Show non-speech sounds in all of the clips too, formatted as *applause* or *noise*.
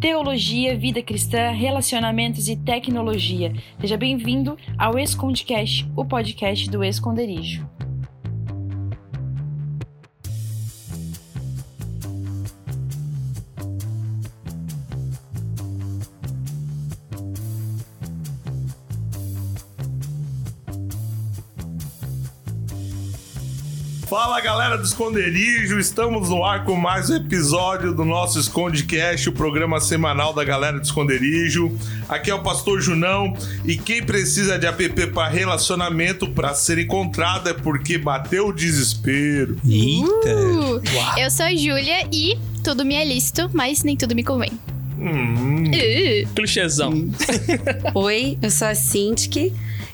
teologia, vida cristã, relacionamentos e tecnologia. Seja bem-vindo ao Escondecast, o podcast do Esconderijo. Fala galera do Esconderijo, estamos no ar com mais um episódio do nosso Escondecast, o programa semanal da galera do Esconderijo. Aqui é o Pastor Junão e quem precisa de app para relacionamento para ser encontrado é porque bateu o desespero. Eita! Uh, eu sou a Júlia e tudo me é lícito, mas nem tudo me convém. Hum, Uh, Clichêzão. Oi, eu sou a Cintiq.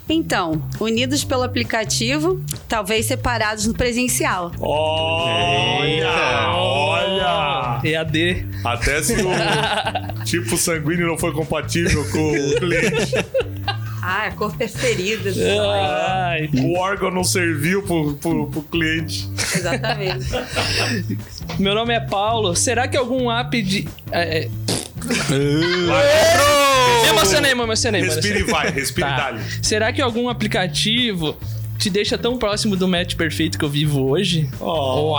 Então, unidos pelo aplicativo, talvez separados no presencial. olha, olha! EAD. Até se o tipo sanguíneo não foi compatível com o cliente, Ah, *laughs* cor preferida. Ah. Ai. o órgão não serviu pro, pro, pro cliente. Exatamente. *laughs* Meu nome é Paulo. Será que algum app de. É, é... Me emocionei, me emocionei. mano. Respira e vai, respira e Tá. dá-lhe. é Será que algum aplicativo te deixa tão próximo do match perfeito que eu vivo hoje? Oh.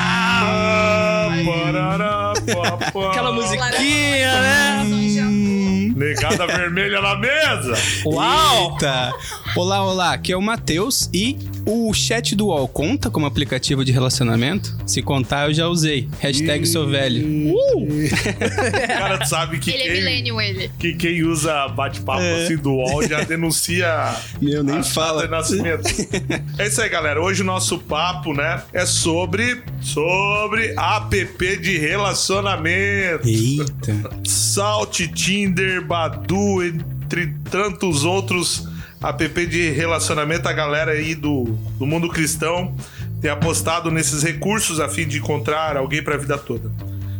Ah, Parará, pá, pá. Aquela musiquinha, né? é um Negada vermelha na mesa! Uau! Eita! Olá, olá, aqui é o Matheus e o chat do UOL conta como aplicativo de relacionamento? Se contar, eu já usei. Hashtag sou velho. Uh! *laughs* O cara sabe que ele é quem, milênio, ele. que quem usa bate-papo assim do UOL já denuncia. Meu, nem a fala. Chata Nascimento. é isso aí, galera. Hoje o nosso papo, né, é sobre. Sobre app de relacionamento. Eita! Salt, Tinder, Badu, entre tantos outros app de relacionamento, a galera aí do, do mundo cristão tem apostado nesses recursos a fim de encontrar alguém para a vida toda.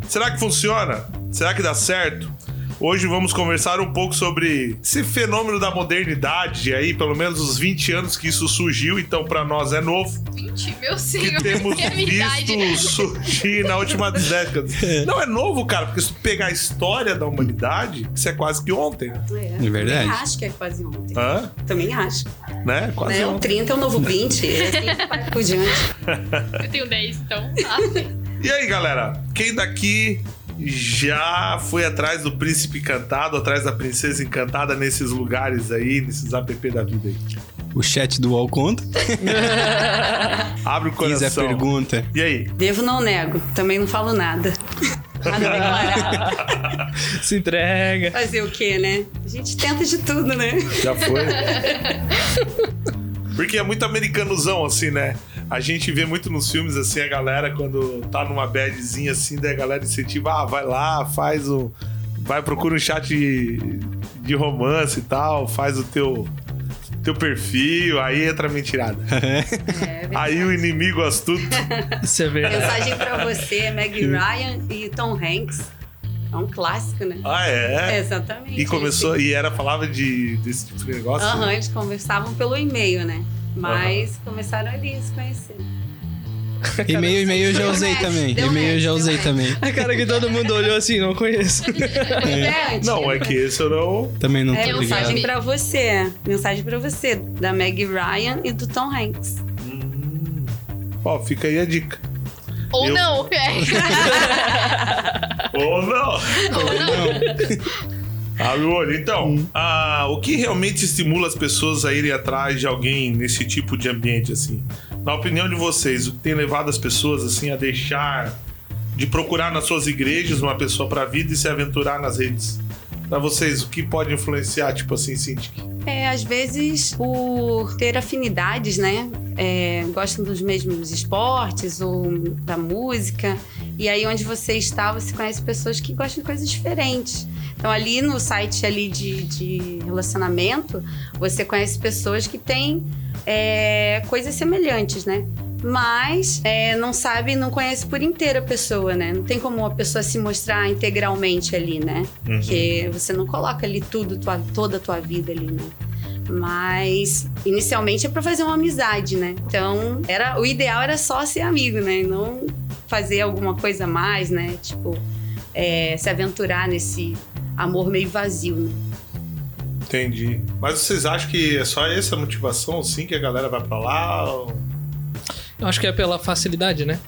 Será que funciona? Será que dá certo? Hoje vamos conversar um pouco sobre esse fenômeno da modernidade aí, pelo menos os 20 anos que isso surgiu, então para nós é novo Gente, meu que senhor, temos é minha idade. visto surgir na última década. Não é novo, cara, porque se tu pegar a história da humanidade, isso é quase que ontem. né? É verdade. Também acho que é quase ontem. Hã? Também acho. Né? Quase Né? O ontem. 30 é o novo 20. *laughs* É assim, vai por diante. Eu tenho 10, então. E aí, galera? Quem daqui já foi atrás do príncipe encantado, atrás da princesa encantada nesses lugares aí, nesses app da vida aí? O chat do UOL conta? Abre o Fiz a coração. pergunta. E aí? Devo não nego. Também não falo *laughs* nada. Nada declarado. Se entrega. Fazer o quê, né? A gente tenta de tudo, né? Já *laughs* foi? Porque é muito americanozão, assim, né? A gente vê muito nos filmes, assim, a galera, quando tá numa badzinha, assim, daí a galera incentiva, ah, vai lá, faz o... Vai, procura um chat de, de romance e tal, faz o teu, teu perfil, aí entra a mentirada. aí o inimigo astuto... Isso é verdade. Mensagem pra você, *laughs* é Meg Ryan e Tom Hanks. É um clássico, né? Ah, é? Exatamente. E começou, e era falava de, desse tipo de negócio? Aham, eles conversavam pelo e-mail, né? Mas começaram ali a se conhecer. E-mail, e-mail eu já usei match, também. deu E-mail eu match, já deu usei match. também. A cara que todo mundo olhou assim, não conheço. É, antigo, Não, é né? que esse eu não... Também não É tô ligado. mensagem pra você. Mensagem pra você, da Meg Ryan e do Tom Hanks. Ó, fica aí a dica. Ou Eu- não, é. *laughs* Ou não! Ou não. Abre o olho. Então, ah, o que realmente estimula as pessoas a irem atrás de alguém nesse tipo de ambiente, assim? Na opinião de vocês, o que tem levado as pessoas, assim, a deixar de procurar nas suas igrejas uma pessoa pra vida e se aventurar nas redes? Pra vocês, o que pode influenciar, tipo assim, Cinti? É, às vezes, por ter afinidades, né? É, gostam dos mesmos esportes ou da música. E aí, onde você está, você conhece pessoas que gostam de coisas diferentes. Então, ali no site ali de, de relacionamento, você conhece pessoas que têm é, coisas semelhantes, né? Mas é, não sabe, não conhece por inteiro a pessoa, né? Não tem como a pessoa se mostrar integralmente ali, né? Porque você não coloca ali tudo, tua- toda a tua vida ali, né? Mas inicialmente é pra fazer uma amizade, né? Então, era, o ideal era só ser amigo, né? E Não fazer alguma coisa a mais, né? Tipo, é, é, se aventurar nesse amor meio vazio. né? Entendi. Mas vocês acham que é só essa motivação, assim, que a galera vai pra lá? Ou... Eu acho que é pela facilidade, né?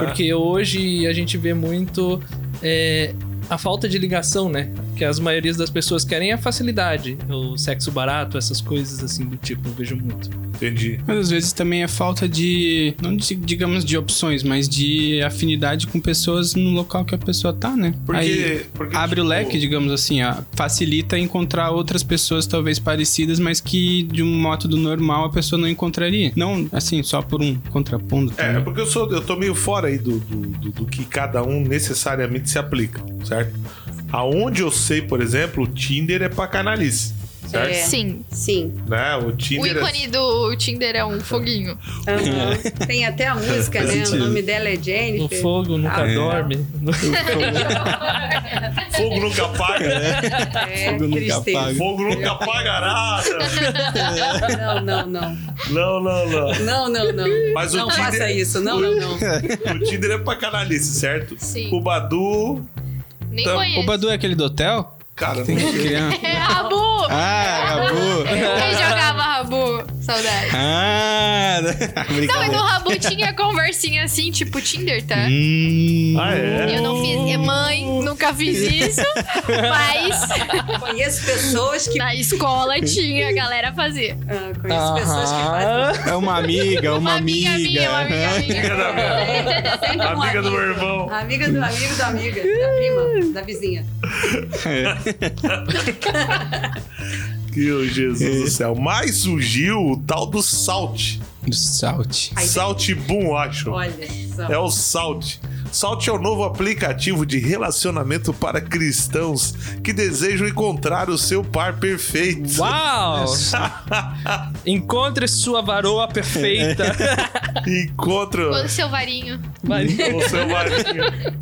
É. Porque hoje a gente vê muito é, a falta de ligação, né? Que as maiorias das pessoas querem é a facilidade, o sexo barato, essas coisas assim do tipo, eu vejo muito. Entendi. Mas às vezes também é falta de, não de- digamos de opções, mas de afinidade com pessoas no local que a pessoa tá, né? Porque, Aí porque, abre o tipo, leque, digamos assim, ó, facilita encontrar outras pessoas talvez parecidas, mas que de um modo do normal a pessoa não encontraria. Não, assim, só por um contrapondo É, é também. porque eu sou, eu tô meio fora aí do, do, do- do que cada um necessariamente se aplica, certo? Aonde eu sei, por exemplo, o Tinder é pra canalice, certo? É. *laughs* Sim. Sim. Né? O O Tinder é... ícone do Tinder é um foguinho. Aham. Tem *laughs* até a música, Faz né? sentido. O nome dela é No Jennifer. fogo nunca Ah, é. dorme. Então, fogo nunca *laughs* apaga, É, Fogo nunca apaga. tristeza. fogo nunca apaga nada. Não, não, não. Não, não, não. Não, não, não. Mas o não Tinder- faça isso. Não, não, não. O Tinder é pra canalice, certo? Sim. O Badu, Nem Então, conheço. O Badu é aquele do hotel? cara, Tem não- que criar. É Rabu! Ah, Rabu. Quem jogava Rabu? Saudade. Ah, *laughs* Não, e no brincadeira. Rabu tinha conversinha assim, tipo Tinder, tá? Hum. Ah, é? Eu não fiz. é Mãe, nunca fiz isso. Mas Conheço pessoas que. na escola tinha, a galera fazia. Ah, conheço pessoas que fazem. Aham. É uma amiga, uma, amiga. minha, uma amiga Amiga minha. da minha- Sempre um Tá Amiga do amigo. meu irmão. Amiga do amigo da amiga, da prima, da vizinha. É. Meu Jesus do céu. Mas surgiu o tal do Salt. Do Salt. Ai, Salt Boom, acho. Olha só. É o Salt. Salt é o novo aplicativo de relacionamento para cristãos que desejam encontrar o seu par perfeito. *laughs* Uau! Encontre sua varoa perfeita. *laughs* Encontra Quando seu varinho. Vai, o seu marido.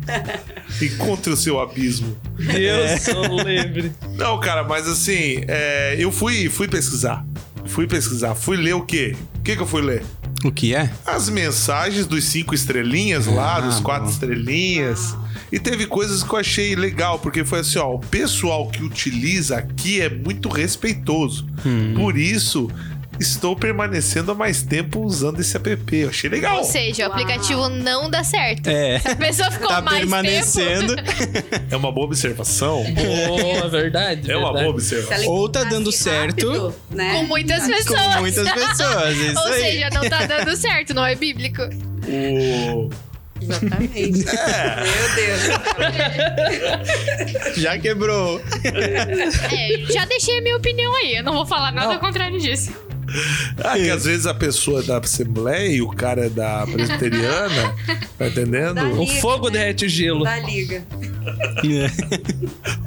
Encontre o seu abismo. eu sou livre. Não, cara, mas assim, é, eu fui, fui pesquisar. Fui pesquisar. Fui ler o quê? O que, que eu fui ler? O que é? As mensagens dos cinco estrelinhas lá, Ah, dos quatro bom. estrelinhas. E teve coisas que eu achei legal, porque foi assim, ó, o pessoal que utiliza aqui é muito respeitoso. Por isso, estou permanecendo há mais tempo usando esse app. Eu achei legal. Ou seja, o Uau. aplicativo não dá certo. É. Se a pessoa ficou Tá mais tempo. permanecendo É uma boa observação. Boa, verdade. É uma boa verdade. Se observação. ela Ou tá encontrasse dando certo, rápido, né? É, Com muitas pessoas. com muitas pessoas. é Isso *laughs* Ou aí. seja, não tá dando certo, não é bíblico. O- *laughs* Exatamente. É. Meu Deus. *laughs* Já quebrou. É, já deixei a minha opinião aí. Eu não vou falar nada Não. ao contrário disso. Ah, que às vezes a pessoa é da Assembleia e o cara é da Presbiteriana, tá entendendo? Dá O liga, fogo né? derrete o gelo. Da liga.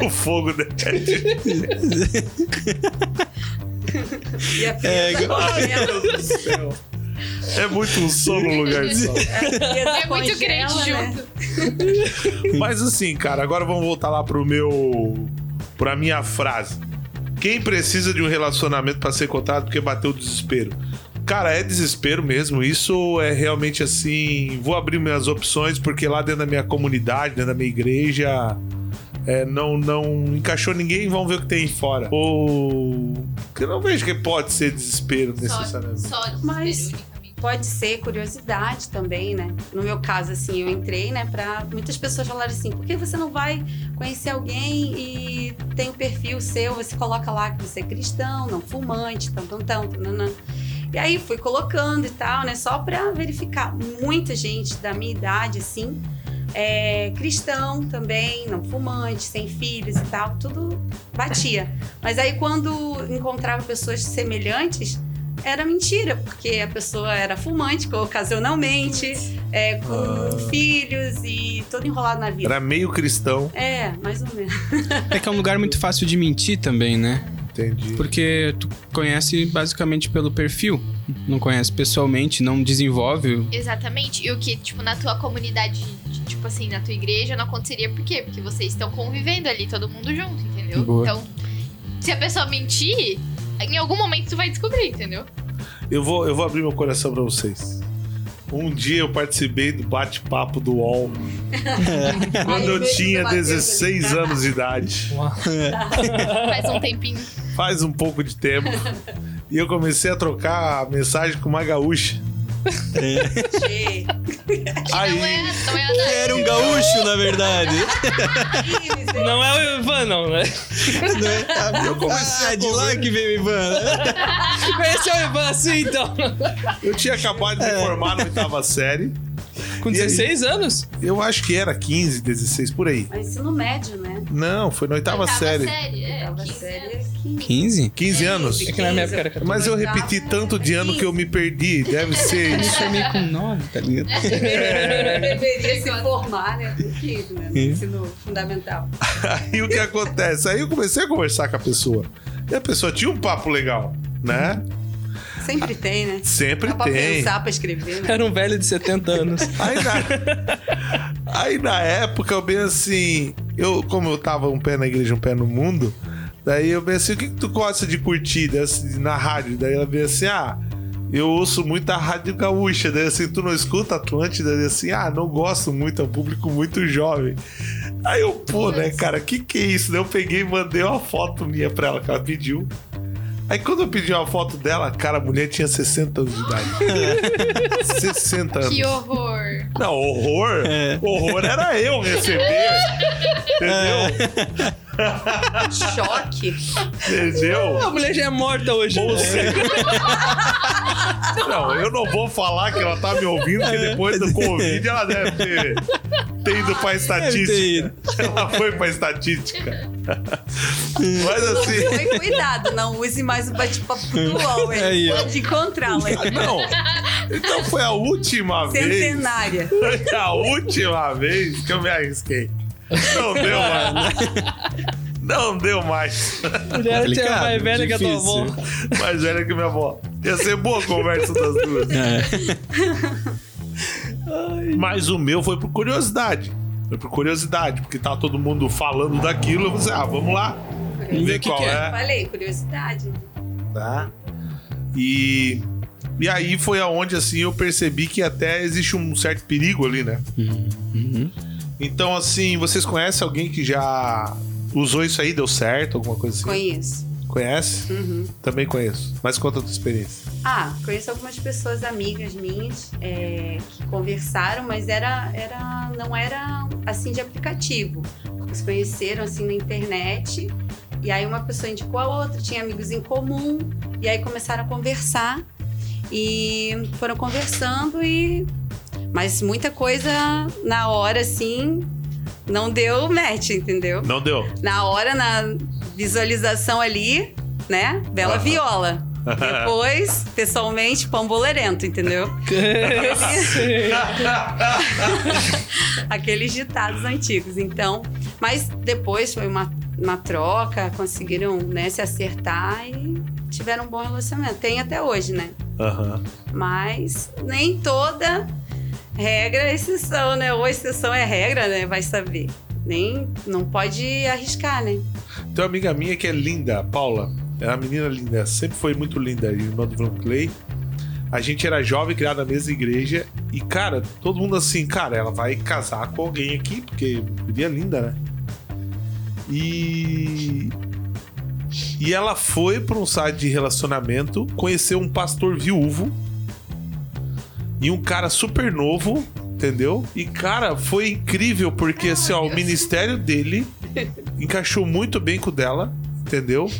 É. O fogo *laughs* é derrete. E a É, frieza, Ai, meu Deus do céu. É muito um som no lugar de sol. É né? muito crente né? junto. Mas assim, cara, agora vamos voltar lá pro meu. pra minha frase. Quem precisa de um relacionamento pra ser contado porque bateu o desespero? Cara, é desespero mesmo. Isso é realmente assim. Vou abrir minhas opções, porque lá dentro da minha comunidade, dentro da minha igreja, é, não, não encaixou ninguém. Vamos ver o que tem fora. Ou. que Eu não vejo que pode ser desespero necessariamente. Mas pode ser curiosidade também, né? No meu caso, assim, eu entrei, né, pra muitas pessoas falaram assim, por que você não vai conhecer alguém e tem o perfil seu, você coloca lá que você é cristão, não fumante, tão, tão, tão, tananã. E aí fui colocando e tal, né, só pra verificar. Muita gente da minha idade, assim, é cristão também, não fumante, sem filhos e tal, tudo batia. Mas aí quando encontrava pessoas semelhantes, era mentira, porque a pessoa era fumante ocasionalmente, é, com Ah. filhos e todo enrolado na vida. Era meio cristão, É, mais ou menos. É que é um lugar muito fácil de mentir também, né? entendi. Porque tu conhece basicamente pelo perfil. Não conhece pessoalmente, não desenvolve. Exatamente. E o que, tipo, na tua comunidade, tipo assim, na tua igreja, não aconteceria por quê? Porque vocês estão convivendo ali, todo mundo junto, entendeu? Boa. Então, se a pessoa mentir, em algum momento tu vai descobrir, entendeu? Eu vou, eu vou abrir meu coração pra vocês. Um dia eu participei do bate-papo do *laughs* UOL quando Aí eu veio tinha o Matheus ali. 16 anos de idade. Faz *laughs* um tempinho. Faz um pouco de *laughs* tempo. E eu comecei a trocar mensagem com uma gaúcha. Gente, Aí, Não é, não é a da... Era um gaúcho, na verdade. né? Não é o Ivan, não, *laughs* né? Eu comecei Ah, de lá que veio Ivan. né? Esse é o Ivan, sim, então. eu tinha acabado de me formar na oitava série. Com E aí? 16 anos? Eu acho que era 15, 16, por aí. é ensino médio, né? Não, foi na oitava, Oitava série. série. É, Oitava 15 série anos. aqui. 15? 15 anos. É que na minha época era 14. Mas eu repeti tanto de ano que eu me perdi. Deve ser isso. Formei com 9, tá ligado? É. Deveria se formar, né? Com 15, né? No ensino fundamental. Aí o que acontece? Aí eu comecei a conversar com a pessoa. E a pessoa tinha um papo legal, né? Sempre tem, né? Sempre Dá pra tem. pensar, pra *laughs* escrever, né? Era um velho de 70 anos. Aí na... Aí na época eu bem assim, eu como eu tava um pé na igreja, um pé no mundo, daí eu bem assim, o que, que tu gosta de curtir daí assim, na rádio? Daí ela bem assim, ah, eu ouço muito a rádio gaúcha, daí assim, tu não escuta Atlântida, daí assim, ah, não gosto muito, é um público muito jovem. Aí eu, pô, né, cara, que que é isso? Daí eu peguei e mandei uma foto minha pra ela que ela pediu. Aí quando eu pedi uma foto dela, cara, a mulher tinha 60 anos de idade. 60 anos. Que horror. Não, horror? É. Horror era eu receber. entendeu? Choque. Entendeu? *laughs* A mulher já é morta hoje. Ou né? seja. Não, eu não vou falar que ela tá me ouvindo, porque depois do Covid ela deve ter, ter ido pra estatística. Ela foi pra estatística. Mas assim. Mas cuidado, não use mais o bate-papo do UOL, hein? Aí, ó. Pode encontrá-la. hein? Não, então foi a última vez. Centenária. Foi a última vez que eu me arrisquei. Não deu mais. Não deu mais. A mulher tinha Complicado, mais velha que a tua difícil. avó. Mais velha que minha avó. Ia ser boa a conversa das duas. É. Mas o meu foi por curiosidade. Foi por curiosidade, porque tá todo mundo falando daquilo. Eu falei, ah, vamos lá. Vamos ver Ver o que qual que é. é. Falei, curiosidade. né? Tá? E, e aí foi aonde assim eu percebi que até existe um certo perigo ali, né? Uhum. Então, assim, vocês conhecem alguém que já usou isso aí, deu certo, alguma coisa assim? Conheço. Conhece? Uhum. Também conheço. Mas conta a tua experiência. Ah, conheço algumas pessoas amigas minhas é, que conversaram, mas era, era, não era assim de aplicativo. Se conheceram assim na internet e aí uma pessoa indicou a outra, tinha amigos em comum e aí começaram a conversar e foram conversando e mas muita coisa na hora assim não deu match, entendeu? Não deu. Na hora na visualização ali, né? Bela Aham. viola. Depois, pessoalmente, pambolerento, entendeu? Aqueles ditados antigos. Então, mas depois foi uma, uma troca, conseguiram né, se acertar e tiveram um bom relacionamento. Tem até hoje, né? *laughs* Aham. Mas nem toda regra é exceção, né? Ou exceção é regra, né? Vai saber. Nem, não pode arriscar, né? Tem uma amiga minha que é linda, a Paula. É uma menina linda, sempre foi muito linda, irmã do Van Clay. A gente era jovem, criado na mesma igreja. E, cara, todo mundo assim, cara, ela vai casar com alguém aqui, porque seria linda, né? E. E ela foi pra um site de relacionamento, conheceu um pastor viúvo e um cara super novo, entendeu? E, cara, foi incrível, porque assim, ó, o ministério dele encaixou muito bem com o dela, entendeu?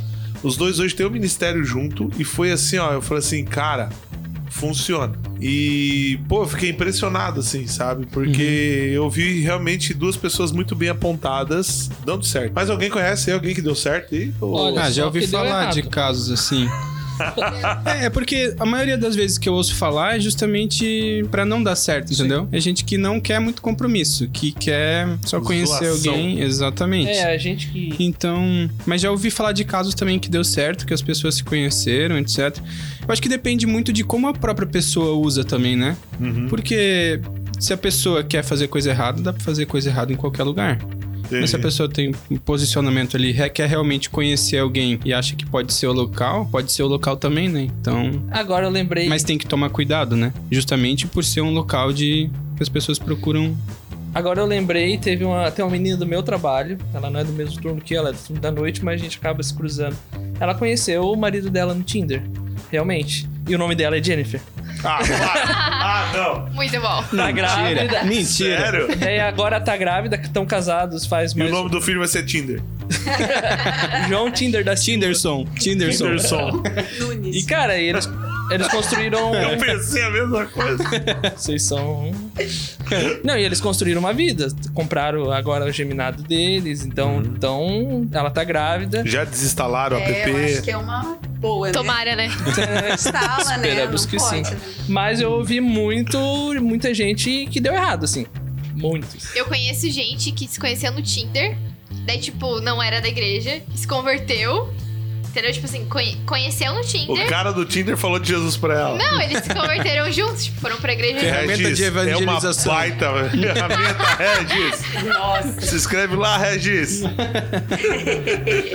Os dois hoje têm o ministério junto e foi assim, ó, eu falei assim, cara, funciona. E, pô, eu fiquei impressionado, assim, sabe? Porque eu vi realmente duas pessoas muito bem apontadas dando certo. Mas alguém conhece aí alguém que deu certo aí? Ou- Olha, Ah, só já ouvi que deu falar errado. de casos *laughs* assim. É, é porque a maioria das vezes que eu ouço falar é justamente pra não dar certo, entendeu? É gente que não quer muito compromisso, que quer só conhecer Zoação. alguém, exatamente. É, a gente que. Então, mas já ouvi falar de casos também que deu certo, que as pessoas se conheceram, etc. Eu acho que depende muito de como a própria pessoa usa também, né? Uhum. Porque se a pessoa quer fazer coisa errada, dá pra fazer coisa errada em qualquer lugar. Entendi. Mas se a pessoa tem um posicionamento ali, re- quer realmente conhecer alguém e acha que pode ser o local, pode ser o local também, né? Então. Agora eu lembrei. Mas tem que tomar cuidado, né? Justamente por ser um local de. que as pessoas procuram. Agora eu lembrei, teve uma, tem uma menina do meu trabalho, ela não é do mesmo turno que ela, é do turno da noite, mas a gente acaba se cruzando. Ela conheceu o marido dela no Tinder, realmente. E o nome dela é Jennifer. Ah, ah, ah, não. Muito bom. Tá grávida. Mentira! Sério? Daí agora tá grávida, que estão casados faz E mais. o nome do filme vai ser Tinder. João Tinder da Tinder. É Tinderson, Tinderson. Tinderson. Nunes. E cara, eles, eles construíram. Eu pensei a mesma coisa. Vocês são. Não, e eles construíram uma vida. Compraram agora o geminado deles, Uhum. então, então ela tá grávida. Já desinstalaram o É, eu acho app. que é uma boa, né? Tomara, né? Instala, né? Esperamos Não que sim. pode, né? Mas eu ouvi muito, muita gente que deu errado, assim. Muitos. Eu conheço gente que se conheceu no Tinder, daí, tipo, não era da igreja, que se converteu. Entendeu? Tipo assim, conhe- conheceu no O Tinder. cara do Tinder falou de Jesus pra ela. Não, eles se converteram juntos, tipo, foram pra igreja *laughs* juntos. Ferramenta Regis, de É evangelização. uma baita ferramenta, Regis. Nossa. Se inscreve lá, Regis.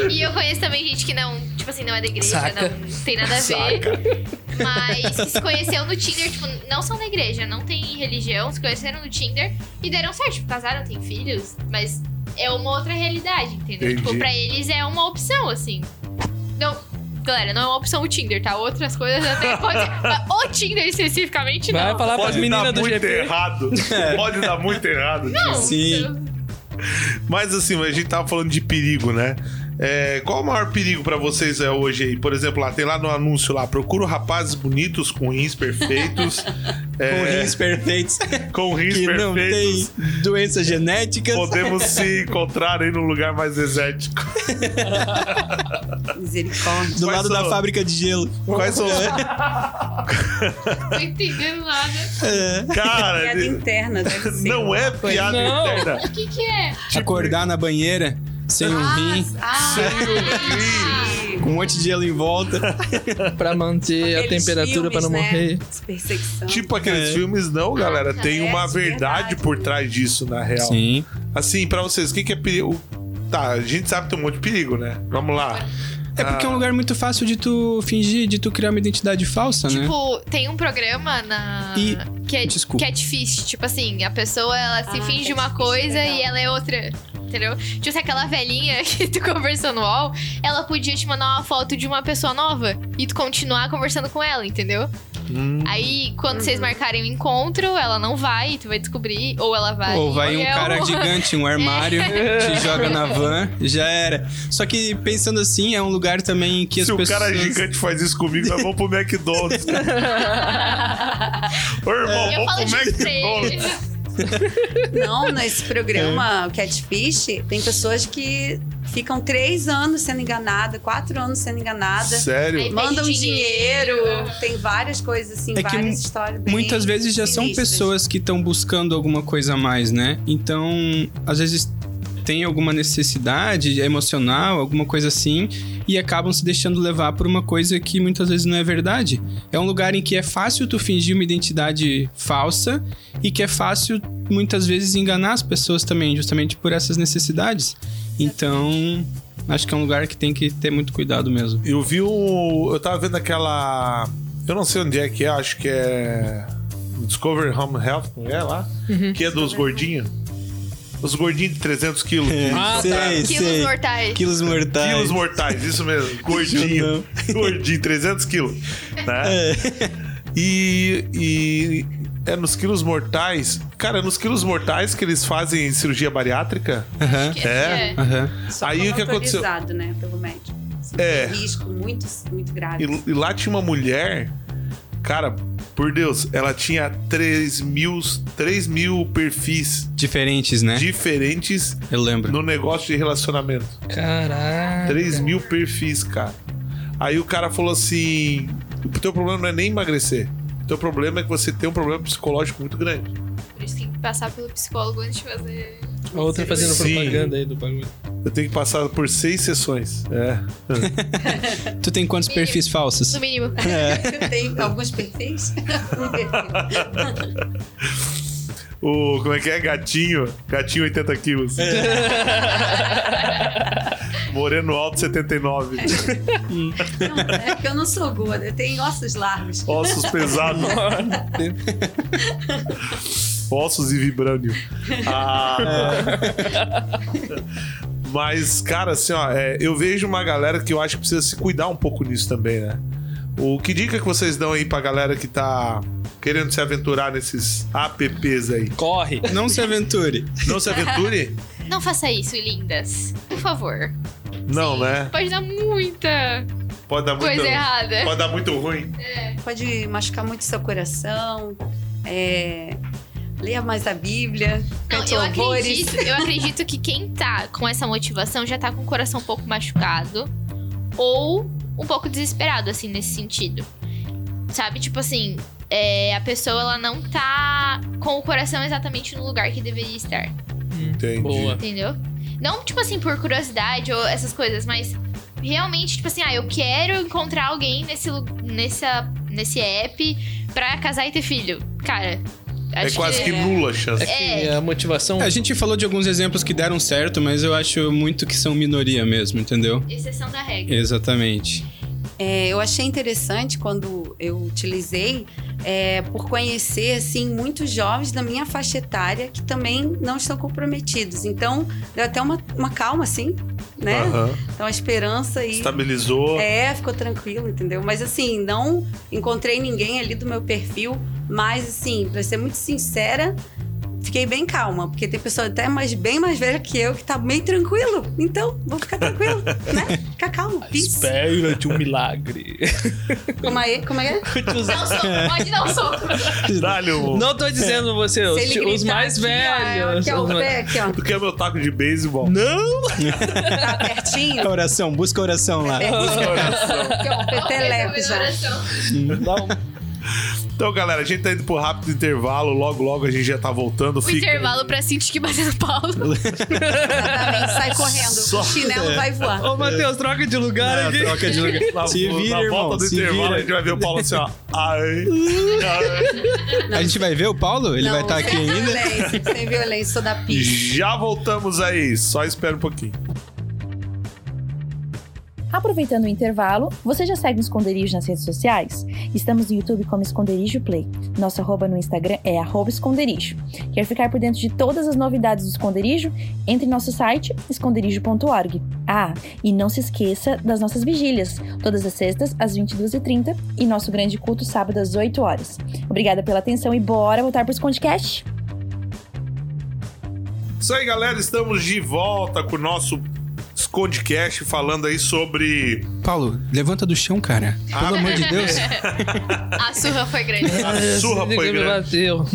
E eu conheço também gente que não, tipo assim, não é da igreja, Saca. não tem nada a ver. Mas que se conheceu no Tinder, tipo, não são da igreja, não tem religião, se conheceram no Tinder e deram certo, tipo, casaram, têm filhos, mas é uma outra realidade, entendeu? Entendi. Tipo, pra eles é uma opção, assim. Não, galera, não é uma opção o Tinder, tá? Outras coisas até pode mas o Tinder especificamente Vai não. falar pras Pode dar meninas do muito GP. errado. Pode dar muito errado. Não, Sim. Mas assim, a gente tava falando de perigo, né? É, qual o maior perigo pra vocês é, hoje aí? Por exemplo, lá tem lá no anúncio lá, procura rapazes bonitos com rins *laughs* perfeitos. *laughs* Com é, rins perfeitos. com rins que não perfeitos. tem doenças genéticas. Podemos se encontrar aí num lugar mais exótico. Misericórdia. Do Quais lado são- da fábrica de gelo. É. Quais são os. não tô entendendo nada. Cara, Piada interna, deve ser. não é Coisa- piada Não. interna. O que que é? Acordar na banheira sem um rim, Ah, com um monte de gelo em volta. Pra manter a aqueles temperatura pra não filmes, né? morrer. Perseguição. Tipo aqueles É. filmes, não, galera. Ah, Tem é, uma de verdade, verdade. por trás disso, na real. Sim. Assim, pra vocês, o que, que é perigo? Tá, a gente sabe que tem um monte de perigo, né? Vamos lá. É porque é Ah. um lugar muito fácil de tu fingir, de tu criar uma identidade falsa, né? Tipo, tem um programa na. E- que é desculpa. catfish. Tipo assim, a pessoa ela se Ah, finge uma catfish, coisa legal. e ela é outra. Entendeu? Tipo, se aquela velhinha *laughs* que tu conversou no UOL, ela podia te mandar uma foto de uma pessoa nova e tu continuar conversando com ela, entendeu? Hum. Aí, quando vocês Uhum. marcarem o encontro, ela não vai, tu vai descobrir, ou ela vai. Ou vai um é cara uma- gigante, um armário, te joga na van, já era. Só que pensando assim, é um lugar também que as Se o pessoas. cara é gigante faz isso comigo, nós vamos pro McDonald's. Ô, irmão, *laughs* Eu vamos falo pro é de McDonald's. três. Não, nesse É. programa, o Catfish, tem pessoas que ficam três anos sendo enganada, quatro anos sendo enganada. Sério? Mandam Pede dinheiro. dinheiro. Tem várias coisas assim, É que várias mu- histórias. bem Muitas vezes já são sinistras. pessoas que estão buscando alguma coisa a mais, né? Então, às vezes tem alguma necessidade emocional, alguma coisa assim, e acabam se deixando levar por uma coisa que muitas vezes não é verdade. É um lugar em que é fácil tu fingir uma identidade falsa e que é fácil muitas vezes enganar as pessoas também, justamente por essas necessidades. Então, acho que é um lugar que tem que ter muito cuidado mesmo. Eu vi o. Eu tava vendo aquela. Eu não sei onde é que é, acho que é. Discovery Home Health, não é lá? Uhum. Que é dos gordinhos. Os gordinhos de 300 *laughs* quilos. Ah, sei, Quilos mortais. Quilos mortais. Quilos mortais, isso mesmo. Gordinho. gordinho, 300 quilos. Né? E, e é nos quilos mortais. Cara, é nos quilos mortais que eles fazem cirurgia bariátrica? Aham. Que- É. Aham. Só Aí quando o que aconteceu? autorizado, né, pelo médico. Assim, É. tem Risco muito, muito grave. E, e lá tinha uma mulher, cara, por Deus, ela tinha 3 mil, 3 mil perfis Diferentes, né? diferentes Eu lembro. no negócio de relacionamento. Caraca. 3 mil perfis, cara. Aí o cara falou assim: o teu problema não é nem emagrecer. O teu problema é que você tem um problema psicológico muito grande. Por isso tem que passar pelo psicólogo antes de fazer. A outra fazendo Sim. propaganda aí do bagulho. Eu tenho que passar por seis sessões. É. Tu tem quantos perfis falsos? No mínimo. Tem alguns perfis? Um perfil. o. Como é que é? Gatinho. Gatinho 80 quilos. *laughs* Moreno alto 79. *laughs* Não, é porque eu não sou gorda, eu tenho ossos largos. Ossos pesados. Ossos e vibrânio. Ah. Mas, cara, assim, ó, é, eu vejo uma galera que eu acho que precisa se cuidar um pouco nisso também, né? O que dica que vocês dão aí pra galera que tá querendo se aventurar nesses apps aí? Corre. Não se aventure. Não se aventure? Não faça isso, lindas. Por favor. Não, né? Pode dar muita Pode dar muito, coisa errada. pode dar muito ruim. Pode machucar muito seu coração. É... Leia mais a Bíblia. Não, cante eu louvores. acredito, eu acredito que quem tá com essa motivação já tá com o coração um pouco machucado ou um pouco desesperado, assim, nesse sentido. Sabe? Tipo assim, é, a pessoa ela não tá com o coração exatamente no lugar que deveria estar, Entendi. Boa. entendeu? Não, tipo assim, por curiosidade ou essas coisas, mas realmente, tipo assim, ah, eu quero encontrar alguém nesse, lu- nessa, nesse app pra casar e ter filho. Cara, É acho quase que que nula a chance. É que a motivação. É, A gente falou de alguns exemplos que deram certo, mas eu acho muito que são minoria mesmo, entendeu? exceção da regra. Exatamente. É, eu achei interessante quando eu utilizei, é, por conhecer assim muitos jovens da minha faixa etária que também não estão comprometidos. Então deu até uma, uma calma assim, né? Aham. tá Então a esperança e Estabilizou. Uhum. é ficou tranquilo, entendeu? Mas assim não encontrei ninguém ali do meu perfil, mas assim para ser muito sincera Fiquei bem calma, porque tem pessoa até mais, bem mais velha que eu que tá bem tranquilo. Então, vou *laughs* ficar tranquilo, né? Fica calmo, peace. Espera de um milagre. Como é? Como é? Não soco, pode dar um soco. Dá-lhe um- Não tô dizendo você, Se os, ele os gritar mais aqui, ó, velhos. Aqui, ó, os o mais- pé aqui, *laughs* ó. Porque é meu taco de beisebol. Não! Tá pertinho. Oração, busca oração É. lá. Aqui, ó, o peteleco é já. Então, galera, a gente tá indo pro rápido intervalo. Logo, logo a gente já tá voltando. O Fica- intervalo pra sentir que bateu no *laughs* Paulo. Exatamente, Tá sai correndo. Só- O chinelo vai voar. Ô, Matheus, troca de lugar Ah, ali. troca de lugar. Na, se na vira, volta irmão. do se intervalo, vira. a gente vai ver o Paulo assim, ó. Ai, ai. A gente vai ver o Paulo? Ele Não, vai estar aqui né? sem ainda? Violência, sem violência, sou da pista. Já voltamos aí. Só espera um pouquinho. Aproveitando o intervalo, você já segue o Esconderijo nas redes sociais? Estamos no YouTube como Esconderijo Play. Nosso arroba no Instagram é arroba esconderijo. Quer ficar por dentro de todas as novidades do Esconderijo? Entre em nosso site esconderijo.org. Ah, e não se esqueça das nossas vigílias, todas as sextas às 22h30 e nosso grande culto sábado às 8 horas. Obrigada pela atenção e bora voltar pro Escondecast? Isso aí, galera. Estamos de volta com o nosso Escondecast falando aí sobre Paulo, levanta do chão, cara. Pelo amor de Deus. A surra foi grande. a *laughs* surra Ninguém foi me grande. bateu.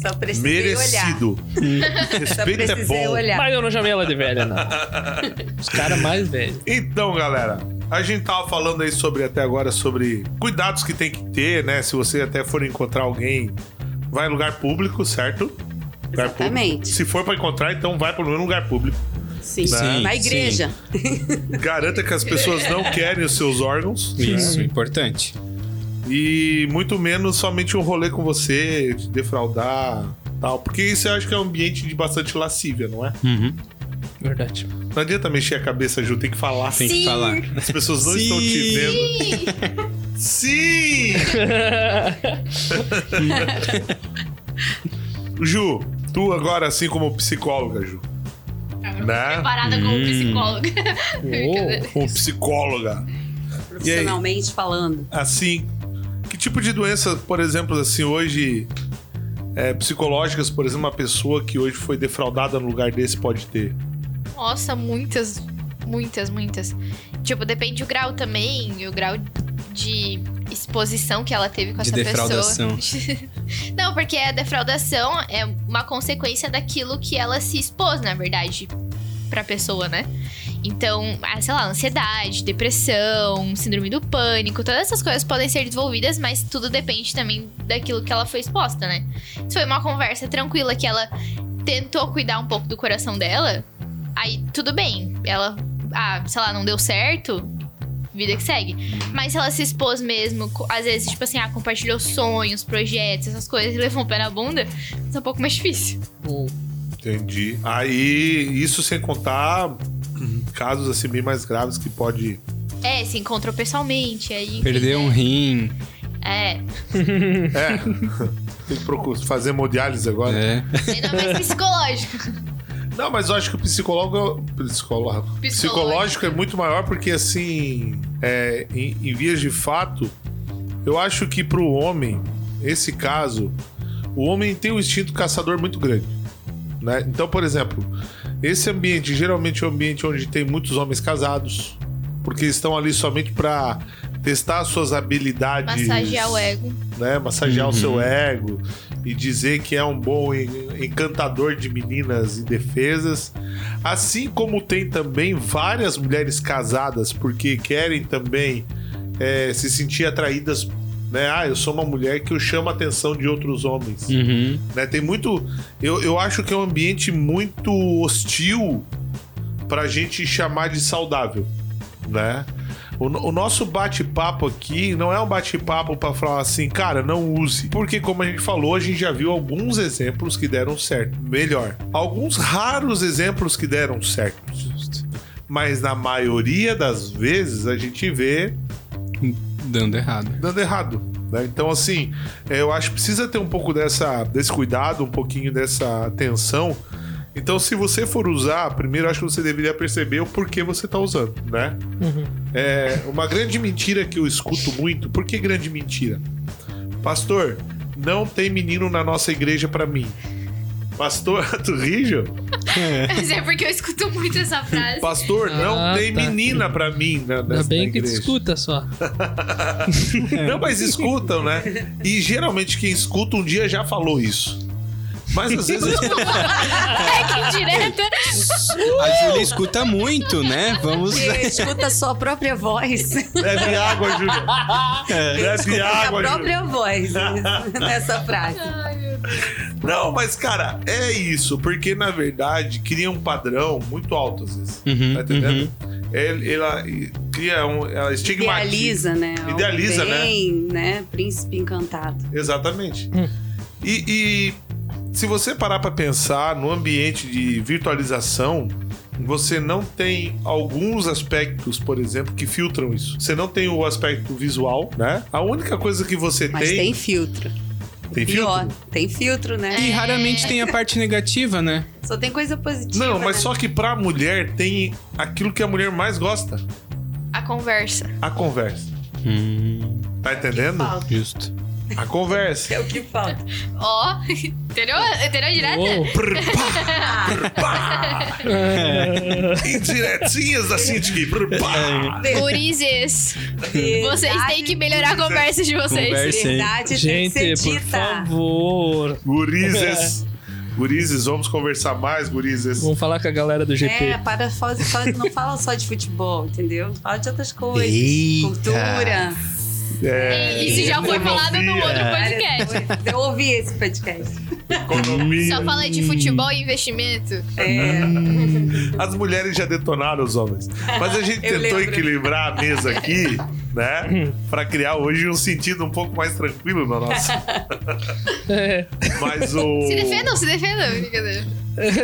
Só precisei olhar. Merecido. Só Respeito é precisei bom. olhar. Mas eu não chamei ela de *laughs* velha, não. Os caras mais velhos. Então, galera, a gente tava falando aí sobre até agora sobre cuidados que tem que ter, né? Se você até for encontrar alguém, vai em lugar público, certo? Lugar Público. Exatamente. Se for pra encontrar, então vai para um lugar público. Sim. Sim, Na sim. igreja. Garanta que as pessoas não querem os seus órgãos *laughs* Isso, importante. e muito menos somente um rolê com você, te defraudar, tal, porque isso eu acho que é um ambiente de bastante lascívia, não é? Verdade. Não adianta mexer a cabeça, Ju, tem que falar. Tem que falar. As pessoas não Sim. estão te vendo. Sim! Ju, tu agora, assim como psicóloga, Ju. Né? Parada com o psicólogo. *laughs* Brincadeira. Como psicóloga. Profissionalmente falando. Assim, que tipo de doença, por exemplo, assim, hoje. é, psicológicas, por exemplo, uma pessoa que hoje foi defraudada no lugar desse pode ter. Nossa, muitas, muitas, muitas. Tipo, depende do grau também, e o grau de exposição que ela teve com De essa defraudação. pessoa. *laughs* Não, porque a defraudação é uma consequência daquilo que ela se expôs, na verdade, pra pessoa, né? Então, ah, sei lá, ansiedade, depressão, síndrome do pânico, todas essas coisas podem ser desenvolvidas, mas tudo depende também daquilo que ela foi exposta, né? Se foi uma conversa tranquila que ela tentou cuidar um pouco do coração dela, aí tudo bem. Ela, ah, sei lá, não deu certo, vida que segue. Mas se ela se expôs mesmo, co- às vezes, tipo assim, ah, compartilhou sonhos, projetos, essas coisas, e levou um pé na bunda, isso é um pouco mais difícil. Ou- Entendi. Aí, isso sem contar hum, casos assim bem mais graves que pode. É, se encontrou pessoalmente, aí. enfim, né? Perder um rim. É. É. *laughs* Tem que procurar fazer hemodiálise agora. É. Ainda mais psicológico. Não, mas eu acho que o psicólogo, psicólogo, psicológico é muito maior porque, assim, é, em, em vias de fato, eu acho que pro homem, esse caso, o homem tem um instinto caçador muito grande. Né? Então, por exemplo, esse ambiente geralmente é um ambiente onde tem muitos homens casados, porque estão ali somente pra testar as suas habilidades Massagear o ego. né, massagear o Uhum. seu ego e dizer que é um bom en- encantador de meninas indefesas. Assim como tem também várias mulheres casadas porque querem também eh, se sentir atraídas, né? Ah, eu sou uma mulher que eu chamo a atenção de outros homens. Uhum. Né, Tem muito. Eu, eu acho que é um ambiente muito hostil pra gente chamar de saudável, né? O, no- o nosso bate-papo aqui não é um bate-papo pra falar assim, cara, não use. Porque, como a gente falou, a gente já viu alguns exemplos que deram certo. Melhor, alguns raros exemplos que deram certo. Mas na maioria das vezes a gente vê Dando errado. dando errado. né? Então, assim, é, eu acho que precisa ter um pouco dessa, desse cuidado, um pouquinho dessa atenção. Então, se você for usar, primeiro eu acho que você deveria perceber o porquê você tá usando, né? Uhum. É, uma grande mentira que eu escuto muito, por que grande mentira? Pastor, não tem menino na nossa igreja pra mim. Pastor, *laughs* tu ri, Jô? *laughs* Mas é porque eu escuto muito essa frase. Pastor, não Ah, tem tá. menina pra mim na, Ainda nessa bem que igreja. discuta só. Não, mas escutam, né? E geralmente quem escuta um dia já falou isso. Mas às *laughs* vezes É que indireta. A Júlia escuta muito, né? Vamos. Você escuta a sua *laughs* própria voz. bebe água, Júlia. Bebe É. a água, Júlia. própria voz né? *laughs* nessa frase. Ai, meu Deus. Não, mas cara, é isso. Porque na verdade cria um padrão muito alto às vezes. Uhum, Tá entendendo? uhum. Ele- Ela cria um. Ela estigmatiza. Idealiza, né? O Idealiza, né? bem, né? Príncipe encantado. Exatamente. Hum. E, e se você parar pra pensar no ambiente de virtualização, você não tem alguns aspectos, por exemplo, que filtram isso. Você não tem o aspecto visual, né? A única coisa que você Mas tem, tem, filtro. tem Pior, filtro. tem filtro, né? E raramente tem a parte negativa, né? É. Só tem coisa positiva. Não, mas né? só que pra mulher tem aquilo que a mulher mais gosta, A conversa. a conversa. Hum, Tá entendendo? Falta. justo. A conversa. É o que *laughs* falta. Ó, entendeu? Entendeu a direta? Uou. Prr, pá, Ah, prr, pá. *laughs* Indiretinhas da Cinti. prr, pá. Gurizes, vocês têm que melhorar a conversa de vocês. Conversa. Verdade tem Gente, que ser por dita. favor. Gurizes. Gurizes, vamos conversar mais, gurizes. Vamos falar com a galera do GP. É, para fala- fala- não fala só de futebol, entendeu? Fala de outras coisas. Eita. Cultura. É, Isso já foi falado no outro várias podcast. coisas. Eu ouvi esse podcast. economia. Só falei de futebol e investimento. É, As mulheres já detonaram os homens. Mas a gente Eu tentou lembro. equilibrar a mesa aqui, né? Pra criar hoje um sentido um pouco mais tranquilo na nossa. É. Mas o. Se defendam, se defendam. brincadeira.